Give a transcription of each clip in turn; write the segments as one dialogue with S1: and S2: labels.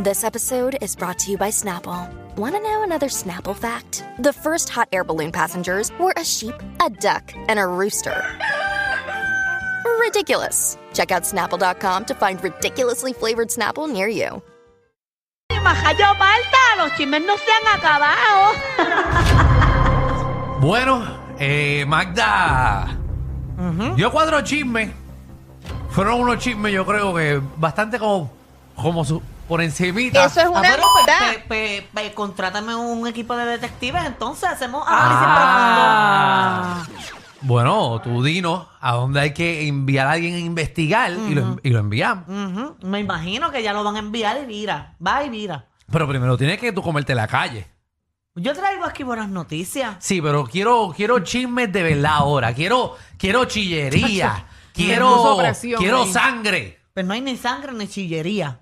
S1: This episode is brought to you by Snapple. Want to know another Snapple fact? The first hot air balloon passengers were a sheep, a duck, and a rooster. Ridiculous. Check out snapple.com to find ridiculously flavored Snapple near you.
S2: Majayo Malta, los chismes no se han acabado.
S3: Bueno, eh, Magda, yo cuatro chismes. Fueron unos chismes, yo creo que bastante como, como su- por encimita.
S4: Eso es
S2: Ah,
S4: una
S2: bueno, pues,
S4: verdad.
S2: pe- pe- pe- contrátame un equipo de detectives, entonces hacemos análisis
S3: Ah. Bueno, tú dinos a dónde hay que enviar a alguien a investigar y, lo, en- y lo enviamos.
S4: Mm.
S2: profundo. Ujú, Me imagino que ya lo van a enviar y mira, va y mira.
S3: Pero primero tienes que tú comerte la calle.
S2: Yo traigo aquí buenas noticias.
S3: Sí, pero quiero, quiero chismes de verdad ahora. Quiero, quiero chillería. quiero
S4: puso presión
S3: quiero
S4: ahí.
S3: sangre.
S2: Pero no hay ni sangre ni chillería.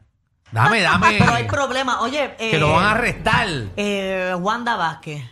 S3: Dame, dame.
S2: Pero hay problema. Oye, eh,
S3: que lo van a arrestar.
S2: eh, Wanda Vázquez.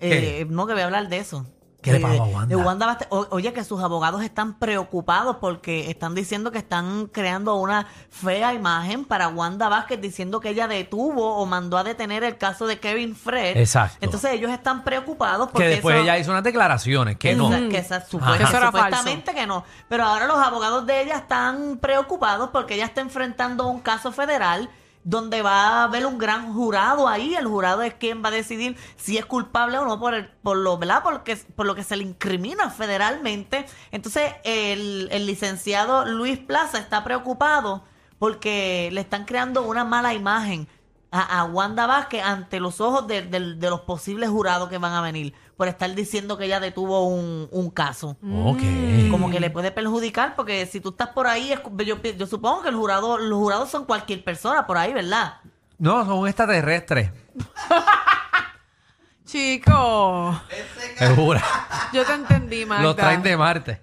S3: ¿Qué?
S2: Eh, no, que voy a hablar de eso.
S3: ¿Qué le
S2: Eh,
S3: pasó a Wanda?
S2: de Wanda Vázquez. O- oye, que sus abogados están preocupados porque están diciendo que están creando una fea imagen para Wanda Vázquez diciendo que ella detuvo o mandó a detener el caso de Kevin Fred.
S3: Exacto.
S2: Entonces ellos están preocupados
S3: que
S2: porque
S3: después
S2: eso-
S3: ella hizo unas declaraciones que no.
S2: Esa- que esa- supuesta-
S3: Ajá. Eso
S4: era falso.
S2: supuestamente que no. Pero ahora los abogados de ella están preocupados porque ella está enfrentando un caso federal donde va a haber un gran jurado ahí. El jurado es quien va a decidir si es culpable o no por, el, por, lo, ¿verdad? Porque, por lo que se le incrimina federalmente. Entonces el, el licenciado Luis Plaza está preocupado porque le están creando una mala imagen a, a Wanda Vázquez ante los ojos de, de- de los posibles jurados que van a venir por estar diciendo que ella detuvo un, un caso.
S3: Ok.
S2: Como que le puede perjudicar, porque si tú estás por ahí, es- yo, pi- yo supongo que el jurado, los jurados son cualquier persona por ahí, ¿verdad?
S3: No, son extraterrestres.
S4: Chico,
S3: Segura.
S4: yo te entendí, Magda.
S3: Los traen de Marte.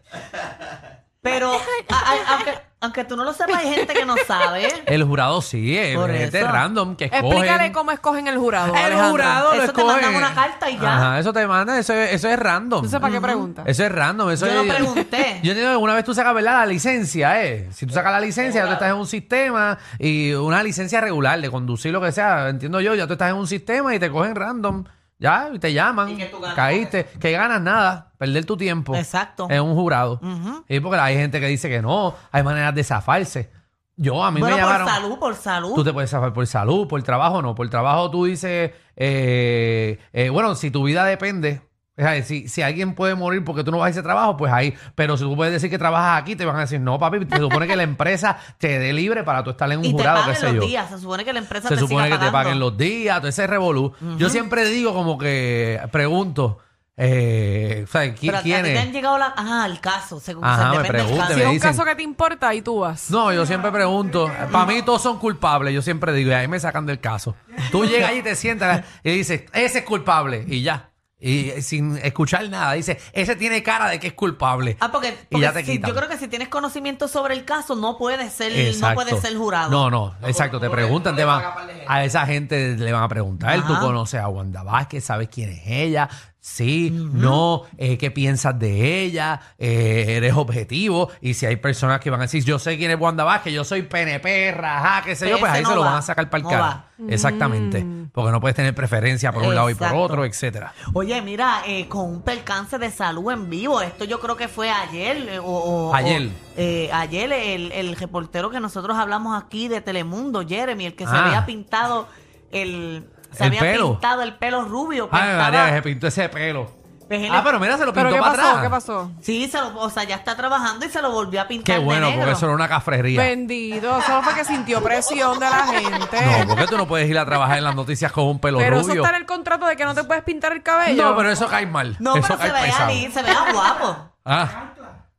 S2: Pero a- a- aunque, aunque tú no lo sepas, hay gente que no sabe.
S3: El jurado sí, eh, es
S2: Por
S3: gente
S2: eso.
S3: random que escogen.
S4: Explícale cómo escogen el jurado.
S3: El
S4: Alejandra.
S3: jurado lo
S2: Eso te mandan
S3: escoge.
S2: una carta y ya.
S3: Ajá, eso te manda, eso, es- eso es random.
S4: Entonces, ¿para qué pregunta?
S3: Eso es random. Eso
S2: Yo no
S3: es-
S2: pregunté.
S3: Yo entiendo que una vez tú sacas, ¿verdad? La licencia, ¿eh? Si tú sacas la licencia, ya tú estás en un sistema y una licencia regular de conducir lo que sea, entiendo yo, ya tú estás en un sistema y te cogen random. Ya, y te llaman. caíste. Que ganas nada. Perder tu tiempo.
S2: Exacto.
S3: Es un jurado.
S2: Ujú.
S3: Y porque hay gente que dice que no, hay maneras de zafarse. Yo, a mí
S2: Bueno,
S3: me
S2: por
S3: llamaron.
S2: salud, por salud.
S3: Tú te puedes zafar por salud, por trabajo, no. Por trabajo tú dices, eh, eh, bueno, si tu vida depende, es decir, si, si alguien puede morir porque tú no vas a ese trabajo, pues ahí. Pero si tú puedes decir que trabajas aquí, te van a decir, no, papi, te supone que la empresa te dé libre para tú estar en un
S2: y te
S3: jurado, qué
S2: pagan
S3: sé
S2: los
S3: yo.
S2: días. Se supone que la empresa
S3: Se
S2: te
S3: supone
S2: siga
S3: que te
S2: pagando.
S3: paguen los días, todo ese revolú. Yo siempre digo como que pregunto, eh, o sea, ¿qui-
S2: Pero a- a ti
S3: ¿quién
S2: te han
S3: es?
S2: llegado la... Ajá, el caso. Según,
S3: Ajá, me
S2: depende del
S3: pregunte,
S2: caso.
S4: Si es un
S3: dicen-
S4: caso que te importa, ahí tú vas.
S3: No, yo siempre pregunto. Para mí todos son culpables. Yo siempre digo, y ahí me sacan del caso. Tú llegas allí y te sientas y dices, ese es culpable. Y ya. Y eh, sin escuchar nada. Dice, ese tiene cara de que es culpable.
S2: Ah, porque,
S3: Y ya
S2: porque
S3: te
S2: si-
S3: quitan.
S2: yo creo que si tienes conocimiento sobre el caso, no puedes ser, no
S3: Exacto.
S2: puedes ser jurado.
S3: No, no, exacto. Te preguntan, te van, a esa gente le van a preguntar, ¿tú
S2: Ajá.
S3: conoces a Wanda Vázquez? ¿Sabes quién es ella? Sí, no, eh, ¿qué piensas de ella? Eh, ¿Eres objetivo? Y si hay personas que van a decir, yo sé quién es Wanda Vázquez, yo soy PNP, rajá, qué sé yo,
S2: Ese
S3: pues ahí se
S2: no
S3: lo
S2: va,
S3: van a sacar para el
S2: no
S3: cara. Exactamente, porque no puedes tener preferencia por un lado y por
S2: Exacto.
S3: otro, etcétera.
S2: Oye, mira, eh, con un percance de salud en vivo, esto yo creo que fue ayer. eh, o- o-
S3: Ayer.
S2: o, eh, ayer el, el reportero que nosotros hablamos aquí de Telemundo, Jeremy, el que se
S3: Ah.
S2: había pintado el... Se
S3: El
S2: había
S3: pelo.
S2: pintado el pelo rubio. que
S3: Ay,
S2: Pues estaba-
S3: María, que se pintó ese pelo.
S2: Pues él
S3: Ah,
S2: es-
S3: pero mira, se lo pintó
S4: ¿Pero qué
S3: para
S4: pasó?
S3: atrás.
S4: ¿Qué pasó?
S2: Sí, se lo- o sea, ya está trabajando y se lo volvió a pintar de
S3: Qué bueno,
S2: negro.
S3: porque eso era una cafrería.
S4: Pues Bendito. Solo fue que sintió presión de la gente.
S3: No, porque tú no puedes ir a trabajar en las noticias con un pelo
S4: Este. pero eso
S3: rubio.
S4: está en el contrato de que no te puedes pintar el cabello.
S3: No, pero eso cae mal.
S2: No,
S3: eso
S2: pero
S3: cae
S2: se vea,
S3: pesado.
S2: li- se vea guapo.
S3: Ah,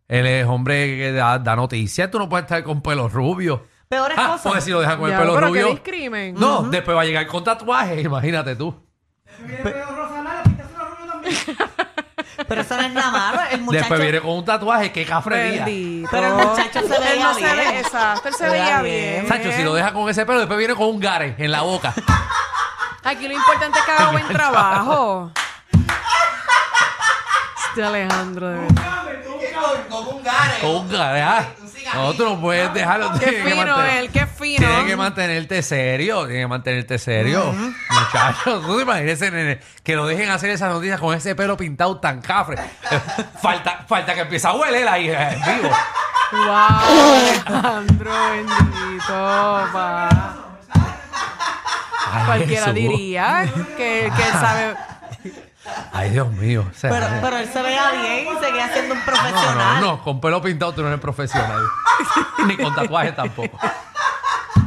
S3: él es hombre que da, da noticias. Tú no puedes estar con pelo rubio.
S2: Peores
S3: Ah,
S2: cosas.
S3: porque si lo deja con el
S4: Ya,
S3: pelo
S4: pero qué
S3: rubio.
S4: discrimen.
S3: No, después va a llegar con tatuaje, imagínate tú.
S2: Pero eso no es nada malo. El muchacho,
S3: Después viene con un tatuaje, qué cafrería.
S4: Bendito.
S2: Pero el muchacho se
S4: Él
S2: veía
S4: no se
S2: bien.
S4: ve, exacto, él se
S2: Se veía
S4: veía bien.
S2: bien.
S3: Sancho, si lo deja con ese pelo, después viene con un gare en la boca.
S4: Aquí lo importante es que haga buen trabajo. Este Alejandro, de verdad.
S5: Con un gare.
S3: Con un gare, ah.
S5: Un cigarrillo.
S3: No, tú no puedes dejarlo.
S4: Qué
S3: tienes que
S4: fino
S3: mantener-
S4: él, qué fino.
S3: Tienes que mantenerte serio, tienes que mantenerte serio. Muchachos, no te imagines nene, que lo dejen hacer esas noticias con ese pelo pintado tan cafre. Eh, falta, falta que empiece a hueler ahí eh, en vivo.
S4: Wow, Alejandro, bendito, pa.
S3: Ay,
S4: Cualquiera
S3: Jesús.
S4: diría que, que él sabe.
S3: Ay, Dios mío. o sea,
S2: Pero, pero él se veía bien y seguía siendo un
S3: no, no,
S2: profesional.
S3: no, con pelo pintado tú no eres profesional. Ni con tatuaje tampoco.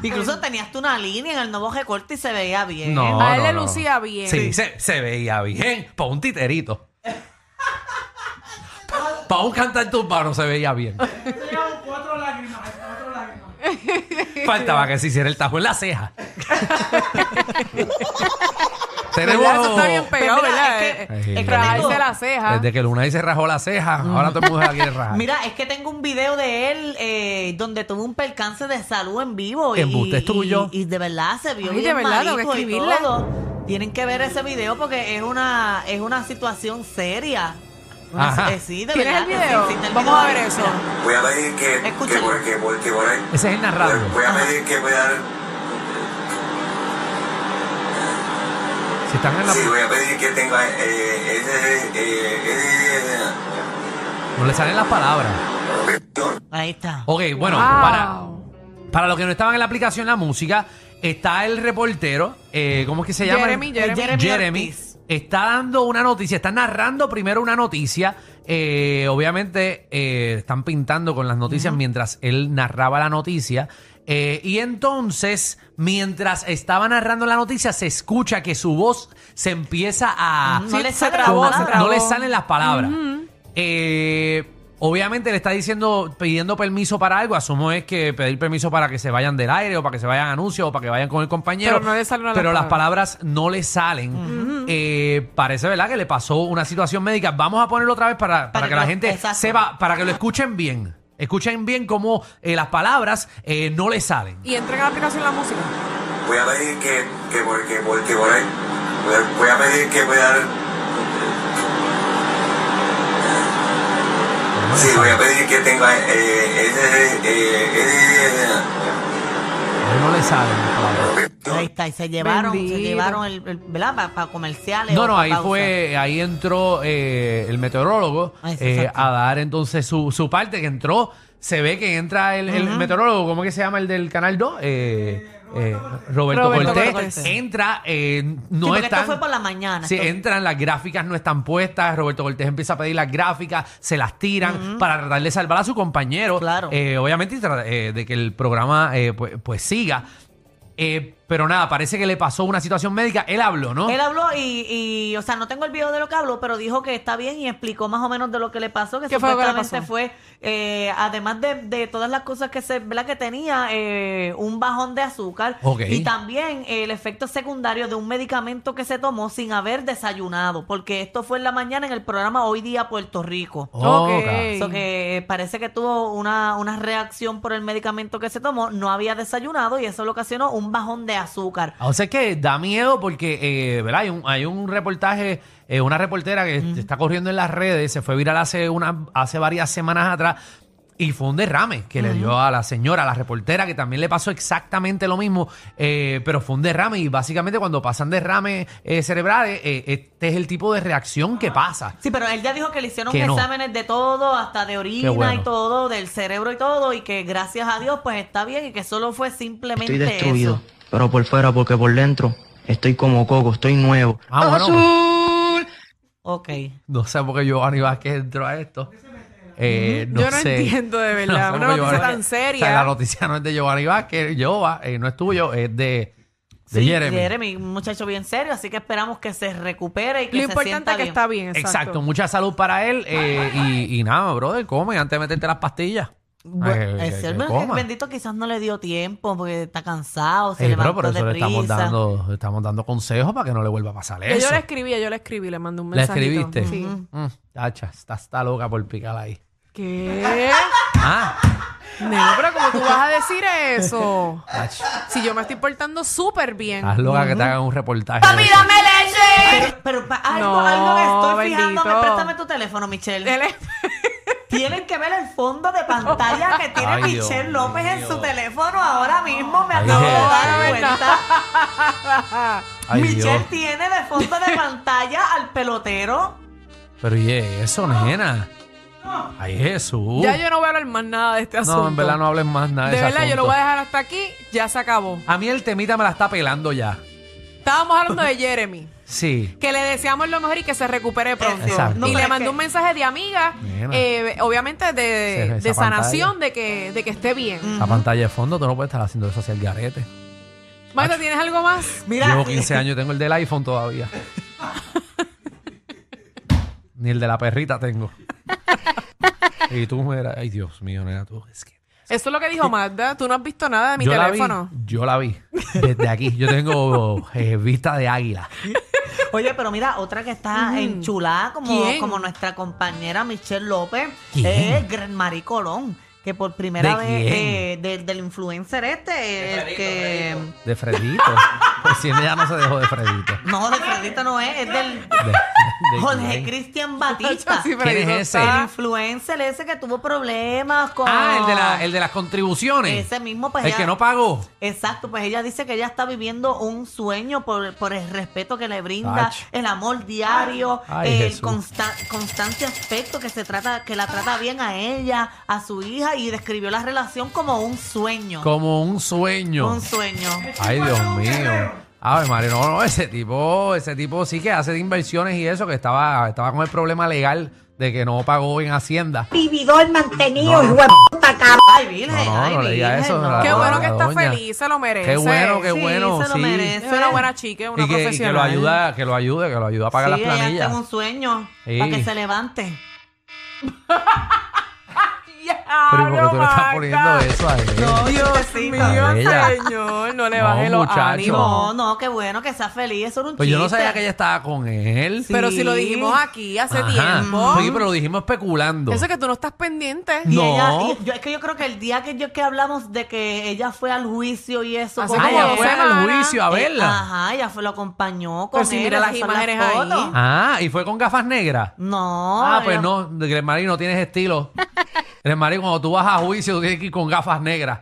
S2: Incluso tenías tú una línea en el nuevo recorte y se veía bien.
S3: No,
S4: A él
S3: no,
S4: le
S3: no, no.
S4: lucía bien.
S3: Sí, se, se veía bien. Para un titerito. Para un cantante urbano se veía bien. Faltaba que se hiciera el tajo en la ceja. Tenemos...
S4: ¿Verdad? Eso está bien
S2: Pero
S4: pegado,
S2: Pues mira,
S4: ¿verdad?
S2: es que-
S4: Eh,
S3: es que
S4: Rajarse
S2: tengo-
S4: la ceja.
S3: Desde que Luna ahí se rajó la ceja, ahora todo el mundo se la quiere rajar.
S2: Mira, es que tengo un video de él eh, donde tuvo un percance de salud en vivo. y-
S3: Embuste, es
S2: y-
S3: tuyo.
S2: Y, de verdad se vio
S4: Ay, de
S2: bien
S4: verdad, tengo que
S2: marico y
S4: escribirle.
S2: todo. Tienen que ver ese video porque es una, es una situación seria. Una-
S3: Ajá.
S2: eh, sí, de
S4: ¿Tienes el
S2: verdad que sí,
S4: video?
S2: sí, está el
S4: Vamos
S2: video
S4: a ver
S2: ahí.
S4: eso.
S5: Voy a pedir que.
S2: Escucha.
S5: que por- que por- que por ahí-
S3: Ese es el narrando.
S5: Voy- Voy a pedir que voy a dar.
S3: Si están en la...
S5: Sí, voy a pedir que tenga. eh, ese. eh, ese-
S3: No le salen las palabras.
S2: Ahí está.
S3: Ok, bueno,
S4: Wow.
S3: para, Para los que no estaban en la aplicación la música, está el reportero, eh, ¿cómo es que se llama?
S4: Jeremy, Jeremy.
S2: Jeremy
S3: Jeremy
S2: Ortiz.
S3: está dando una noticia, está narrando primero una noticia. eh, obviamente eh, están pintando con las noticias mientras él narraba la noticia. eh, y entonces, mientras estaba narrando la noticia, se escucha que su voz se empieza a...
S2: No le
S4: se
S2: sale la
S4: trabó,
S2: palabra.
S4: se trabó.
S3: No le salen las palabras. Eh, obviamente le está diciendo, pidiendo permiso para algo. Asumo es que pedir permiso para que se vayan del aire o para que se vayan a anuncios o para que vayan con el compañero.
S4: Pero no le salen las
S3: Pero las palabras no le salen. Eh, parece, ¿verdad? Que le pasó una situación médica. Vamos a ponerlo otra vez para, para, que,
S2: que
S3: la
S2: lo-
S3: gente
S2: exacto.
S3: sepa, para que lo escuchen bien. Escuchen bien cómo eh, las palabras eh, no le salen.
S4: Y entren a la aplicación la música.
S5: Voy a pedir que. que por- que por- que por ahí- voy a- Voy a pedir que voy a dar. Sí, voy a pedir que tenga. eh, ese- eh, ese-
S3: No le salen las palabras.
S2: Ahí está. Y se llevaron,
S4: Bendito.
S2: se llevaron el, el- ¿verdad? Para comerciales.
S3: No,
S2: o
S3: no,
S2: pa
S3: ahí
S2: pausa.
S3: fue, ahí entró eh, el meteorólogo
S2: Ah, eso,
S3: eh,
S2: exacto.
S3: a dar entonces su, su parte, que entró, se ve que entra el, el meteorólogo, ¿cómo es que se llama el del Canal 2? Eh, eh, Roberto,
S4: Roberto
S3: Cortés.
S4: Cortés.
S3: entra, eh,
S2: Sí,
S3: no
S2: porque
S3: están-
S2: esto fue por la mañana.
S3: Sí,
S2: esto-
S3: entran, las gráficas no están puestas, Roberto Cortés empieza a pedir las gráficas, se las tiran para tratar de salvar a su compañero.
S2: Claro.
S3: Eh, obviamente, y tra- eh, de que el programa eh, pues, pues siga. Eh, pero nada, parece que le pasó una situación médica. Él habló,
S4: Ah.
S3: ¿no?
S2: Él habló y, y, o sea, no tengo el video de lo que habló, pero dijo que está bien y explicó más o menos de lo que le pasó, que
S4: ¿Qué fue lo que le
S2: supuestamente
S4: pasó?
S2: fue, eh, además de, de todas las cosas que se, ¿verdad? que tenía, eh, un bajón de azúcar
S3: Ok.
S2: y también el efecto secundario de un medicamento que se tomó sin haber desayunado, porque esto fue en la mañana en el programa Hoy Día Puerto Rico.
S4: Ok.
S3: cara.
S2: So que eh, parece que tuvo una, una reacción por el medicamento que se tomó, no había desayunado y eso le ocasionó un bajón de azúcar.
S3: O sea que da miedo porque, eh, ¿verdad? Hay un, hay un reportaje, eh, una reportera que está corriendo en las redes, se fue viral hace, una, hace varias semanas atrás y fue un derrame que le dio a la señora, a la reportera, que también le pasó exactamente lo mismo, eh, pero fue un derrame y básicamente cuando pasan derrames eh, cerebrales, eh, este es el tipo de reacción que pasa.
S2: Sí, pero él ya dijo que le hicieron
S3: Que no.
S2: exámenes de todo, hasta de orina
S3: bueno.
S2: y todo, del cerebro y todo, y que gracias a Dios pues está bien y que solo fue simplemente
S6: Estoy destruido,
S2: eso.
S6: pero por fuera, porque por dentro estoy como coco, estoy nuevo.
S3: Ah, bueno,
S2: Ok.
S3: no sé por qué Giovanni Vázquez entró a esto. Eh, no
S4: Yo no
S3: sé.
S4: entiendo, de verdad.
S3: sé
S4: Una
S3: por qué
S4: noticia
S3: Giovanni-
S4: tan
S3: O sea,
S4: seria.
S3: la noticia no es de Giovanni Vázquez, Giova, eh, no es tuyo, es de, de
S2: Sí,
S3: Jeremy.
S2: un muchacho bien serio, así que esperamos que se recupere y que
S4: Lo
S2: se
S4: importante
S2: sienta
S4: es que
S2: bien.
S4: está bien,
S3: Exacto.
S4: exacto.
S3: mucha salud para él eh, y, y nada, brother, come antes de meterte las pastillas.
S2: Bueno,
S3: Ay,
S2: el
S3: que-
S2: ser
S3: que
S2: ben-
S3: coma.
S2: bendito quizás no le dio tiempo porque está cansado, se
S3: Ey, Eh, pero
S2: levantó
S3: por eso le estamos
S2: deprisa.
S3: dando, le estamos dando consejos para que no le vuelva a pasar
S4: Yo-
S3: eso.
S4: Yo le escribí, yo le escribí, le mandé un
S3: ¿La
S4: mensaje.
S3: escribiste?
S4: Sí.
S3: Mm, tacha, está, está loca por picar ahí.
S4: ¿Qué?
S3: Ah,
S4: No, pero ¿cómo tú vas a decir eso?
S3: tacho,
S4: Si yo me estoy portando súper bien.
S3: estás loca que te hagan un reportaje. de eso.
S4: ¡Mírame leche!
S2: Pero, pero pa- algo,
S4: No,
S2: algo que estoy fijándome,
S4: bendito.
S2: préstame tu teléfono, Michelle. Tienen que ver el fondo de pantalla que tiene
S3: Ay, Dios
S2: Michelle López en
S3: mío.
S2: su teléfono ahora mismo. Me
S3: Ay,
S2: acabo de
S3: Jesús.
S2: dar cuenta.
S4: Ah,
S3: Ay,
S2: Michelle
S3: Dios.
S2: tiene de fondo de pantalla al pelotero.
S3: Pero oye, eso, nena. Ay, Jesús.
S4: Ya yo no voy a hablar más nada de este asunto.
S3: Uh. no, en verdad no hables más nada de,
S4: De
S3: ese
S4: verdad, yo lo
S3: asunto.
S4: voy a dejar hasta aquí. Ya se acabó.
S3: A mí el temita me la está pelando ya.
S4: Estábamos hablando de Jeremy.
S3: Sí.
S4: Que le deseamos lo mejor y que se recupere pronto.
S3: Exacto.
S4: Y
S3: No,
S4: le
S2: pero
S4: mandé
S2: es
S4: un
S2: que-
S4: mensaje de amiga,
S3: Nena.
S4: eh, obviamente
S3: Esa-
S4: de,
S3: esa
S4: de sanación, de que, de que esté bien.
S2: Mm.
S3: La pantalla de fondo, tú no puedes estar haciendo eso hacia el garete.
S4: Marta, ¿tienes algo más?
S2: Mira,
S3: Llevo 15 años y tengo el del iPhone todavía. Ni el de la perrita tengo. y tú, mira, ay Dios mío, nena, tú. Es que
S4: Eso es lo que dijo Magda. Tú no has visto nada de mi
S3: yo la
S4: teléfono.
S3: vi, yo la vi desde aquí. Yo tengo eh, vista de águila.
S2: oye, pero mira, otra que está enchulada como,
S4: ¿Quién?
S2: como nuestra compañera Michelle López
S3: ¿Quién?
S2: es Gran Marie Colón, que por primera
S3: ¿De
S2: vez
S3: quién?
S2: eh, de- del influencer este, el que...
S3: De Fredito. Pues si ella no se dejó de Fredito.
S2: No, de Fredito no es, es del
S3: De- de-
S2: Jorge
S3: ¿quién?
S2: Cristian Batista.
S4: Sí, pero
S3: ¿Quién
S4: ahí
S3: es
S4: no
S3: ese?
S4: está.
S2: El influencer ese que tuvo problemas con...
S3: Ah, el de, la- el de las contribuciones.
S2: Ese mismo, pues
S3: el
S2: ella-
S3: que no pagó.
S2: Exacto, pues ella dice que ella está viviendo un sueño por, por el respeto que le brinda,
S3: Ach.
S2: el amor diario,
S3: Ay,
S2: el
S3: Jesús.
S2: consta- constante aspecto que se trata, que la trata bien a ella, a su hija, y describió la relación como un sueño.
S3: Como un sueño.
S2: Un sueño.
S3: Ay, Dios mío. A ver, Mario, no, no, ese tipo, ese tipo sí que hace de inversiones y eso, que estaba, estaba con el problema legal de que no pagó en Hacienda.
S7: vividor mantenido,
S3: No, no,
S7: hijo de puta, cabrón.
S2: Ay, Virgen,
S3: No, no,
S2: ay,
S3: no le diga
S2: Virgen,
S3: eso,
S2: no.
S4: Qué
S3: Ah,
S4: bueno que
S3: la
S4: está
S3: doña.
S4: feliz, se lo merece.
S3: Qué bueno, qué
S2: sí,
S3: bueno,
S2: se lo
S3: sí.
S2: merece.
S4: Es una buena chica, una
S3: Y que, y que lo
S4: profesional.
S3: ayuda, que lo ayude, que lo ayuda a pagar
S2: Sí,
S3: las
S2: ella
S3: planillas.
S2: está en un sueño
S3: Sí.
S2: para que se levante.
S4: Ya,
S3: Pero ¿y por qué
S4: no,
S3: tú le estás
S4: Magda.
S3: poniendo eso a él?
S4: Dios mío,
S3: Ella.
S4: señor, no le
S3: No,
S4: baje los
S3: muchacho.
S2: No,
S4: ánimos.
S2: no, qué bueno que sea feliz, eso era un
S3: Pues yo no
S2: chiste.
S3: sabía que ella estaba con él.
S2: Sí,
S4: Pero si lo dijimos aquí hace
S3: Ajá.
S4: tiempo.
S3: Sí, pero lo dijimos especulando.
S4: Eso es que tú no estás pendiente.
S2: Y
S3: No.
S2: ella- y yo, es que yo creo que el día que yo que hablamos de que ella fue al juicio y eso,
S4: Hace
S2: como-
S3: Ah, ella
S4: dos
S3: fue al
S4: semanas.
S3: juicio a
S2: Eh,
S3: verla.
S2: ajá, ella fue, lo acompañó con
S4: Pero si
S2: él,
S4: Pues mira
S2: esas
S4: las
S2: son
S4: imágenes ahí.
S2: fotos.
S3: Ah, y fue con gafas negras.
S2: No.
S3: Ah, pues
S2: ella-
S3: no, Gremari no tienes estilo. Gremari, cuando tú vas a juicio, tú tienes que ir con gafas negras.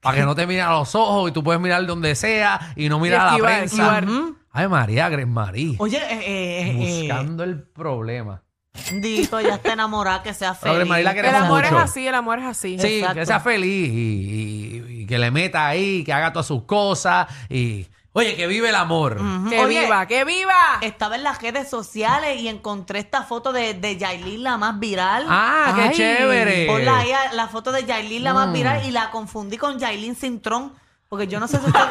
S3: Para que no te miren a los ojos y tú puedes mirar donde sea y no mirar a la
S4: esquivar,
S3: prensa.
S4: esquivar.
S3: Ujú. Ay, María Gremari.
S2: Mm. Oye, eh, eh, eh,
S3: Buscando el problema.
S2: eh, Dito, ya está enamorada, que sea
S3: Pero,
S2: feliz.
S3: Mariela,
S4: El
S3: queremos
S4: amor
S3: mucho.
S4: es así, el amor es así.
S3: Sí,
S2: Exacto.
S3: que sea feliz y, y- y que le meta ahí, que haga todas sus cosas y. Oye, que vive el amor.
S4: ¡Que
S2: Oye,
S4: viva, que viva!
S2: Estaba en las redes sociales y encontré esta foto de, de Yailin, la más viral.
S3: Ah, qué
S4: Ay,
S3: chévere.
S2: Ponla ahí a- la foto de Yailin, la más viral, y la confundí con Yailin Cintrón. Porque yo no sé si ustedes.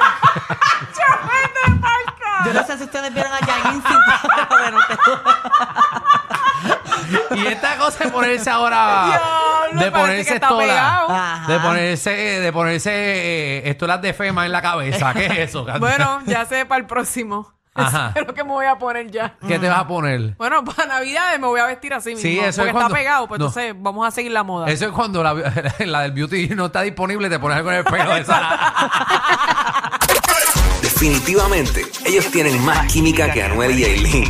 S2: yo no sé si ustedes vieron a Yailin Cintrón. Bueno, te-
S3: Y esta cosa de ponerse ahora.
S4: Diablo,
S3: de
S4: parece
S3: ponerse
S4: que está
S3: esto
S4: pegado.
S2: Ajá.
S3: De ponerse, de ponerse eh, estolas de FEMA en la cabeza. ¿Qué es eso? Cata?
S4: Bueno, ya sé para el próximo.
S3: Ajá.
S4: Eso es lo que me voy a poner ya.
S3: ¿Qué te vas a poner?
S4: Bueno, para Navidades me voy a vestir así mismo.
S3: Sí, eso es
S4: porque
S3: cuando-
S4: está pegado, pues
S3: No.
S4: entonces vamos a seguir la moda.
S3: Eso es cuando la, la del beauty no está disponible, te pones algo en el pelo de esa.
S8: Definitivamente, ellos tienen más química que Anuel y Aileen.